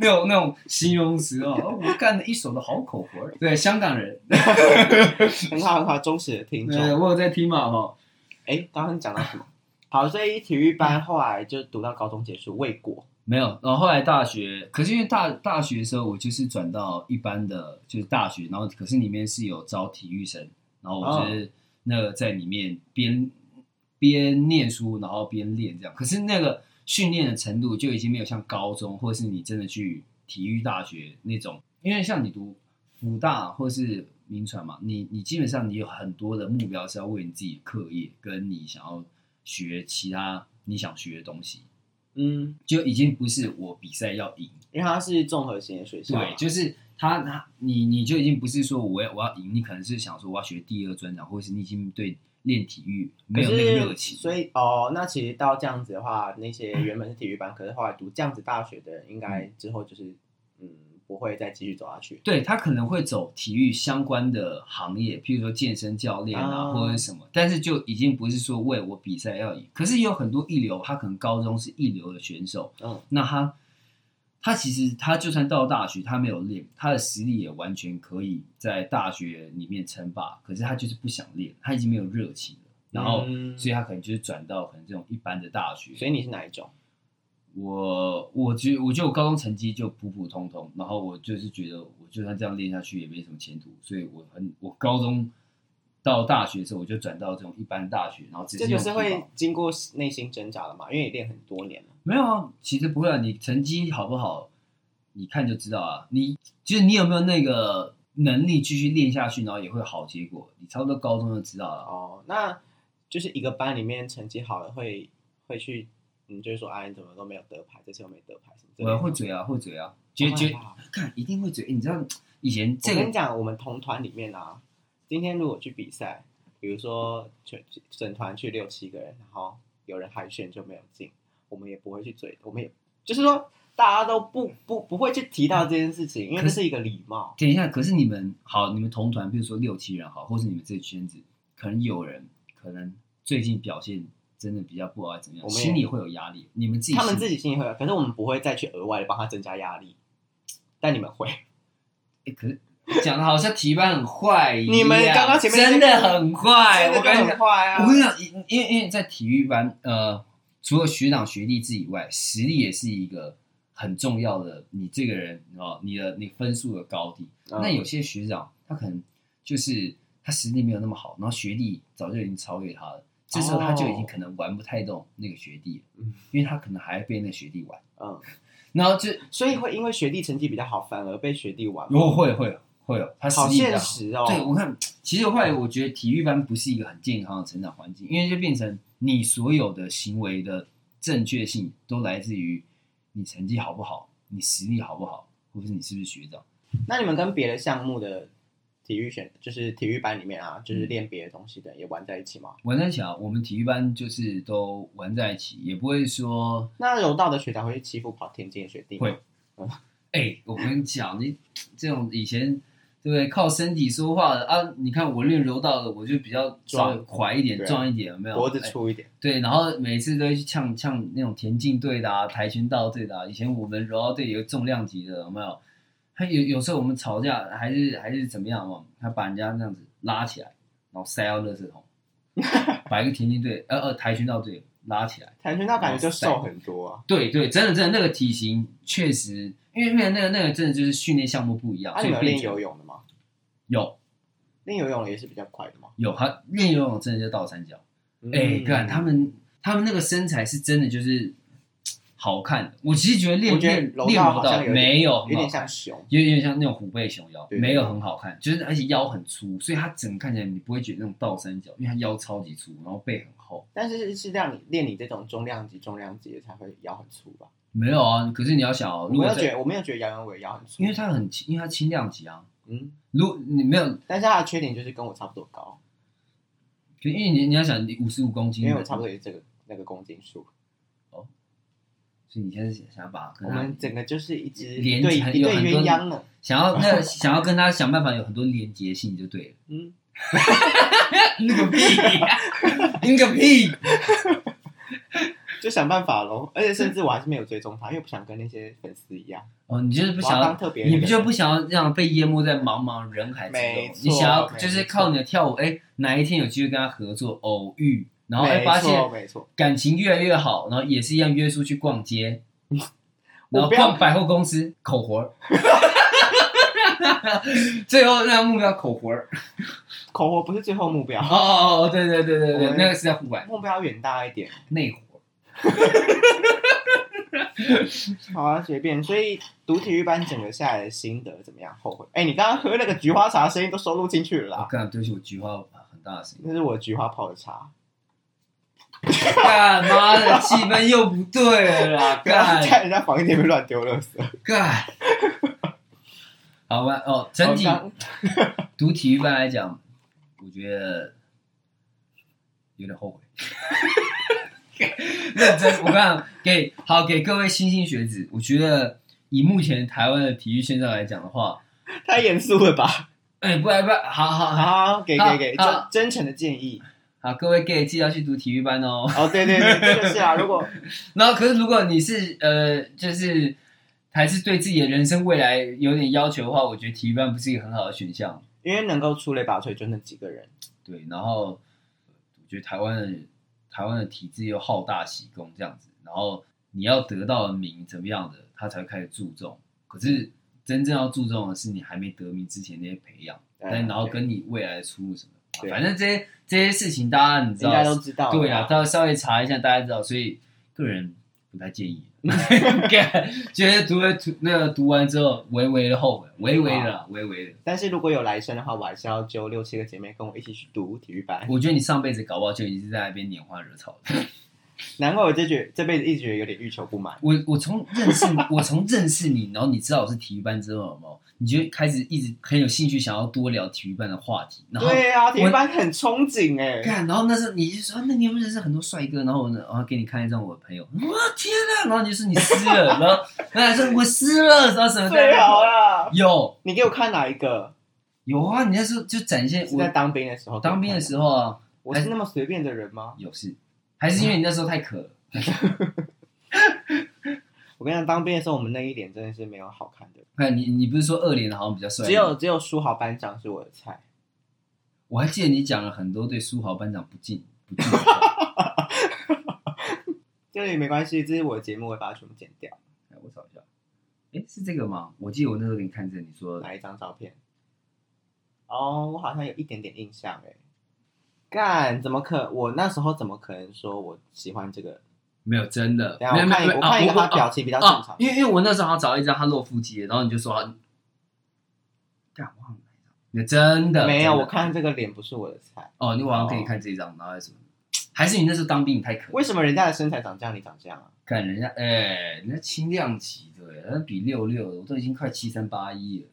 Speaker 2: 那种、那种形容词哦。哦我干的一手的好口活儿，对，香港人，
Speaker 1: 很好很好，忠实的听
Speaker 2: 对，
Speaker 1: 众。
Speaker 2: 我有在听嘛，哈，
Speaker 1: 哎，刚刚讲到什么？好，所以体育班后来就读到高中结束，未果。
Speaker 2: 没有。然后后来大学，可是因为大大学的时候，我就是转到一般的，就是大学，然后可是里面是有招体育生，然后我就是那个在里面边。边念书然后边练这样。可是那个训练的程度就已经没有像高中或者是你真的去体育大学那种，因为像你读福大或是民传嘛，你你基本上你有很多的目标是要为你自己的课业跟你想要学其他你想学的东西，
Speaker 1: 嗯，
Speaker 2: 就已经不是我比赛要赢。
Speaker 1: 因为它是综合型的学校啊，
Speaker 2: 对，就是他他你你就已经不是说我要我要赢，你可能是想说我要学第二专长，或者是你已经对练体育没有那个热情。
Speaker 1: 所以哦，那其实到这样子的话，那些原本是体育班，可是后来读这样子大学的人，应该之后就是嗯，不会再继续走下去。
Speaker 2: 对他可能会走体育相关的行业，譬如说健身教练啊，
Speaker 1: 啊
Speaker 2: 或者是什么，但是就已经不是说为我比赛要赢。可是也有很多一流，他可能高中是一流的选手，
Speaker 1: 嗯，
Speaker 2: 那他他其实他就算到大学，他没有练，他的实力也完全可以在大学里面称霸。可是他就是不想练，他已经没有热情了。然后，
Speaker 1: 嗯
Speaker 2: 所以他可能就是转到可能这种一般的大学。
Speaker 1: 所以你是哪一种？
Speaker 2: 我我觉我觉得我高中成绩就普普通通，然后我就是觉得我就算这样练下去也没什么前途，所以我很我高中到大学的时候我就转到这种一般大学，然后直接
Speaker 1: 这就
Speaker 2: 用
Speaker 1: 是
Speaker 2: 皮毛
Speaker 1: 会经过内心挣扎的嘛，因为你练很多年了。
Speaker 2: 没有啊，其实不会啊，你成绩好不好，你看就知道啊。你就是你有没有那个能力继续练下去，然后也会有好结果。你差不多高中就知道了。
Speaker 1: 哦，那就是一个班里面成绩好的会会去，嗯，就是说啊，你怎么都没有得牌，这次又没得牌什么之类
Speaker 2: 我
Speaker 1: 的。哦
Speaker 2: 会嘴啊，会嘴啊，绝
Speaker 1: 好
Speaker 2: 绝
Speaker 1: 害怕
Speaker 2: 看一定会嘴。哎你知道以前这
Speaker 1: 我跟
Speaker 2: 个
Speaker 1: 你讲，我们同团里面啊，今天如果去比赛，比如说全整团去六七个人，然后有人海选就没有进，我们也不会去追，我们也就是说大家都不不不会去提到这件事情，因为
Speaker 2: 可
Speaker 1: 这
Speaker 2: 是
Speaker 1: 是一个礼貌。
Speaker 2: 等一下，可是你们好，你们同团，比如说六七人好，或是你们这个圈子，可能有人可能最近表现真的比较不好，怎么样，
Speaker 1: 我们也
Speaker 2: 心里会有压力。你们自己
Speaker 1: 他们
Speaker 2: 心
Speaker 1: 自己心里会有，可是我们不会再去额外的帮他增加压力，但你们会。
Speaker 2: 欸、可是讲的好像提班很坏一样，
Speaker 1: 你们刚刚前面
Speaker 2: 真的很坏，哎我跟你讲，
Speaker 1: 坏啊
Speaker 2: 我跟你讲，因因为因为在体育班，呃，除了学长学弟制以外，实力也是一个很重要的，你这个人哦，你的你分数的高低。
Speaker 1: 嗯
Speaker 2: 那有些学长他可能就是他实力没有那么好，然后学弟早就已经超越他了，这时候他就已经可能玩不太动那个学弟了，
Speaker 1: 哦嗯
Speaker 2: 因为他可能还被那学弟玩，
Speaker 1: 嗯，
Speaker 2: 然后就
Speaker 1: 所以会因为学弟成绩比较好，反而被学弟玩吗。
Speaker 2: 哦，会会会有，他实
Speaker 1: 好
Speaker 2: 力比较
Speaker 1: 现
Speaker 2: 好。
Speaker 1: 实哦。
Speaker 2: 对，我看，其实后来我觉得体育班不是一个很健康的成长环境，因为就变成你所有的行为的正确性都来自于你成绩好不好，你实力好不好，或者是你是不是学长。
Speaker 1: 那你们跟别的项目的体育选，就是体育班里面啊，
Speaker 2: 嗯
Speaker 1: 就是练别的东西的人也玩在一起吗？
Speaker 2: 玩在一起啊，我们体育班就是都玩在一起，也不会说，
Speaker 1: 那柔道的学长会去欺负跑田径的学弟吗？
Speaker 2: 会哎、我跟你讲，你这种以前对不对，靠身体说话的啊，你看我练柔道的，我就比较稍微
Speaker 1: 壮
Speaker 2: 快一点，
Speaker 1: 对啊
Speaker 2: 壮一点，有没有？
Speaker 1: 脖子
Speaker 2: 哎
Speaker 1: 粗一点，
Speaker 2: 对，然后每次都会去呛呛那种田径队的啊、跆拳道队的啊。以前我们柔道队有重量级的，有没有？他有有时候我们吵架还是还是怎么样嘛，他把人家那样子拉起来，然后塞到垃 圾桶，把一个田径队呃呃跆拳道队拉起来。
Speaker 1: 跆拳道感觉就
Speaker 2: 哇
Speaker 1: 瘦
Speaker 2: 塞
Speaker 1: 很多啊。
Speaker 2: 对对，真的真的那个体型确实，因为那个那个那个真的就是训练项目不一样，
Speaker 1: 那、啊你
Speaker 2: 所
Speaker 1: 们
Speaker 2: 以
Speaker 1: 有
Speaker 2: 变
Speaker 1: 练
Speaker 2: 成
Speaker 1: 游泳的吗？
Speaker 2: 有
Speaker 1: 练游泳的也是比较快的吗？
Speaker 2: 有他练游泳真的就倒三角。
Speaker 1: 嗯
Speaker 2: 哎、看他，们他们那个身材是真的就是好看的。我其实觉得练
Speaker 1: 我觉得
Speaker 2: 练
Speaker 1: 柔道
Speaker 2: 练柔
Speaker 1: 好像
Speaker 2: 道
Speaker 1: 有点
Speaker 2: 没有
Speaker 1: 有
Speaker 2: 很好啊
Speaker 1: 点
Speaker 2: 看
Speaker 1: 像，熊。
Speaker 2: 有点像那种虎背熊腰，
Speaker 1: 对对
Speaker 2: 没有很好看，就是而且腰很粗，所以它整个看起来你不会觉得那种倒三角，因为它腰超级粗，然后背很厚。
Speaker 1: 但是是让你练你这种重量级、重量级的才会腰很粗吧？
Speaker 2: 没有啊，可是你要想哦，
Speaker 1: 我
Speaker 2: 如
Speaker 1: 没
Speaker 2: 果
Speaker 1: 有
Speaker 2: 在
Speaker 1: 觉得，我没有觉得杨永伟腰很粗，
Speaker 2: 因为它很轻，因为它轻量级啊。
Speaker 1: 嗯，
Speaker 2: 如果你没有，
Speaker 1: 但是他的缺点就是跟我差不多高，
Speaker 2: 因为你你要想你五十五公斤，
Speaker 1: 因为我差不多也是这个那个公斤数。
Speaker 2: 所以你现在想把跟
Speaker 1: 我
Speaker 2: 它
Speaker 1: 们整个就是一只
Speaker 2: 嗯连
Speaker 1: 一对
Speaker 2: 成
Speaker 1: 一
Speaker 2: 有
Speaker 1: 对
Speaker 2: 很多
Speaker 1: 鸳鸯呢。
Speaker 2: 想要 那想要跟他想办法有很多连结性就对了。
Speaker 1: 嗯，
Speaker 2: 那个屁，那个屁！
Speaker 1: 就想办法喽。而且甚至我还是没有追踪他，因为不想跟那些粉丝一样，
Speaker 2: 哦，你就是
Speaker 1: 我
Speaker 2: 不
Speaker 1: 要
Speaker 2: 想
Speaker 1: 当
Speaker 2: 要，
Speaker 1: 特别那
Speaker 2: 你
Speaker 1: 个人。
Speaker 2: 不就不想要让被淹没在茫茫人海之
Speaker 1: 没
Speaker 2: 中？
Speaker 1: 错
Speaker 2: 你想要
Speaker 1: 没
Speaker 2: 就是靠你的跳舞，哎，哪一天有机会跟他合作偶遇，然后哎
Speaker 1: 没
Speaker 2: 发
Speaker 1: 错
Speaker 2: 现
Speaker 1: 没错，
Speaker 2: 感情越来越好，然后也是一样约出去逛街，然
Speaker 1: 我
Speaker 2: 后
Speaker 1: 不要
Speaker 2: 逛百货公司口活儿。 最后那个目标口 活儿。
Speaker 1: 口活不是最后目标
Speaker 2: 哦，哦哦，对对对对
Speaker 1: 我
Speaker 2: 对，
Speaker 1: 们
Speaker 2: 那个是在户外
Speaker 1: 目标远大一点，
Speaker 2: 内活。
Speaker 1: 好啊，随便。所以读体育班整个下来的心得怎么样？后悔？哎，你刚刚喝那个菊花茶的声音都收录进去了
Speaker 2: 啊，
Speaker 1: 啦，
Speaker 2: 干，对不起，我菊花很大的声音。
Speaker 1: 那是我菊花泡的茶。
Speaker 2: 干妈的气氛又不对了啦，
Speaker 1: 不要
Speaker 2: 干
Speaker 1: 在人家房间里面乱丢垃圾。
Speaker 2: 干。好吧，哦，整体
Speaker 1: 好刚
Speaker 2: 读体育班来讲，我觉得有点后悔。 认真，我看给好给各位新兴学子，我觉得以目前台湾的体育现象来讲的话，
Speaker 1: 太严肃了吧？
Speaker 2: 哎、不然不然，好好好
Speaker 1: 好，给给给，
Speaker 2: 好
Speaker 1: 真
Speaker 2: 好
Speaker 1: 真诚的建议。
Speaker 2: 好，各位 gay 记得要去读体育班哦。
Speaker 1: 哦，对对对，就是啊。如果
Speaker 2: 然后，可是如果你是呃，就是还是对自己的人生未来有点要求的话，我觉得体育班不是一个很好的选项。
Speaker 1: 因为能够出类拔萃就那几个人，
Speaker 2: 对，然后我觉得台湾的台湾的体制又好大喜功这样子，然后你要得到的名怎么样的，他才会开始注重。可是真正要注重的是你还没得名之前那些培养，但然后跟你未来的出路什么的，
Speaker 1: 对
Speaker 2: 反正这些这些事情大家你知
Speaker 1: 应
Speaker 2: 道，
Speaker 1: 该都知道了。
Speaker 2: 对啊，到稍微查一下，大家知道，所以个人不太建议。 觉得读了读那个读完之后，微微的后悔，微微的啦，微微的。
Speaker 1: 但是如果有来生的话，我还是要揪六七个姐妹跟我一起去读体育班。
Speaker 2: 我觉得你上辈子搞不好就已经在那边拈花惹草了。
Speaker 1: 难怪我这觉这辈子一直觉得有点欲求不满。
Speaker 2: 我我从认识我从认识你，然后你知道我是体育班之后，有没有？你就开始一直很有兴趣，想要多聊体育班的话题。然后
Speaker 1: 对啊，体育班很憧憬哎、
Speaker 2: 干，然后那时候你就说，啊那你有没有认识很多帅哥？然后我呢，然后给你看一张我的朋友，我天哪！然后你就说你湿了，然后 然后还说我湿了，然后什么 的
Speaker 1: 最好啦！
Speaker 2: 有
Speaker 1: 你给我看哪一个？
Speaker 2: 有啊，你那时候就展现
Speaker 1: 是在
Speaker 2: 我
Speaker 1: 当兵的时候。
Speaker 2: 当兵的时候啊，
Speaker 1: 候，我是那么随便的人吗？
Speaker 2: 有事，还是因为你那时候太渴了。
Speaker 1: 我跟你讲，当兵的时候我们那一脸真的是没有好看的，
Speaker 2: 看你，你不是说二连的好像比较帅？
Speaker 1: 只有只有书豪班长是我的菜。
Speaker 2: 我还记得你讲了很多对苏豪班长不敬不敬的话。
Speaker 1: 这里没关系，这是我的节目，我会把它全部剪掉。
Speaker 2: 来，我找一下，哎，是这个吗？我记得我那时候给你看这个，你说
Speaker 1: 哪一张照片？哦，我好像有一点点印象哎。干，怎么可？我那时候怎么可能说我喜欢这个？
Speaker 2: 没有真的，
Speaker 1: 等一
Speaker 2: 没
Speaker 1: 下
Speaker 2: 有
Speaker 1: 我看一个，
Speaker 2: 没有没有
Speaker 1: 我
Speaker 2: 啊
Speaker 1: 看一个他
Speaker 2: 我哦
Speaker 1: 表情比较正常。
Speaker 2: 因为因为我那时候好像找了一张他露腹肌的，然后你就说他，干忘了哪一张，你真的
Speaker 1: 没有，
Speaker 2: 真的
Speaker 1: 我看这个脸不是我的菜。
Speaker 2: 哦，你晚上可以看这一张，然后还是什么？还是你那时候当兵你太可
Speaker 1: 为什么人家的身材长这样，你长这样啊？
Speaker 2: 看人家哎、人家轻量级的耶，人家比六六的，我都已经快七三八一了。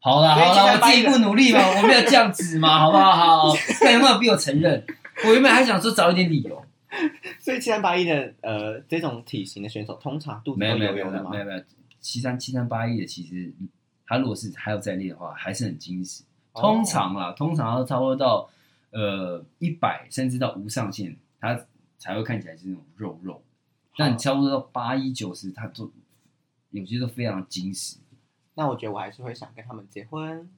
Speaker 2: 好啦
Speaker 1: 所以
Speaker 2: 好啦，
Speaker 1: 7381
Speaker 2: 我自己不努力嘛，我没有这样子嘛，好不好？好， 看有没有逼我承认？我原本还想说找一点理由，
Speaker 1: 所以七三八一的呃这种体型的选手，通常肚子
Speaker 2: 没有
Speaker 1: 都
Speaker 2: 没
Speaker 1: 油
Speaker 2: 有没有
Speaker 1: 油的
Speaker 2: 没有
Speaker 1: 吗
Speaker 2: 没？有没有，七三七三八一的其实嗯他如果是还有在练的话，还是很精实。
Speaker 1: 哦
Speaker 2: 通常啦，通常要差不多到呃一百甚至到无上限，他才会看起来是那种肉肉。但差不多到八一九十，他都有些都非常精实。
Speaker 1: 那我觉得我还是会想跟他们结婚。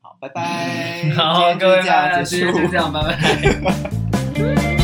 Speaker 1: 好，拜拜
Speaker 2: 。好，
Speaker 1: 哎今天就
Speaker 2: 各位
Speaker 1: 这样
Speaker 2: 拜拜
Speaker 1: 结束
Speaker 2: 就。这样，拜拜。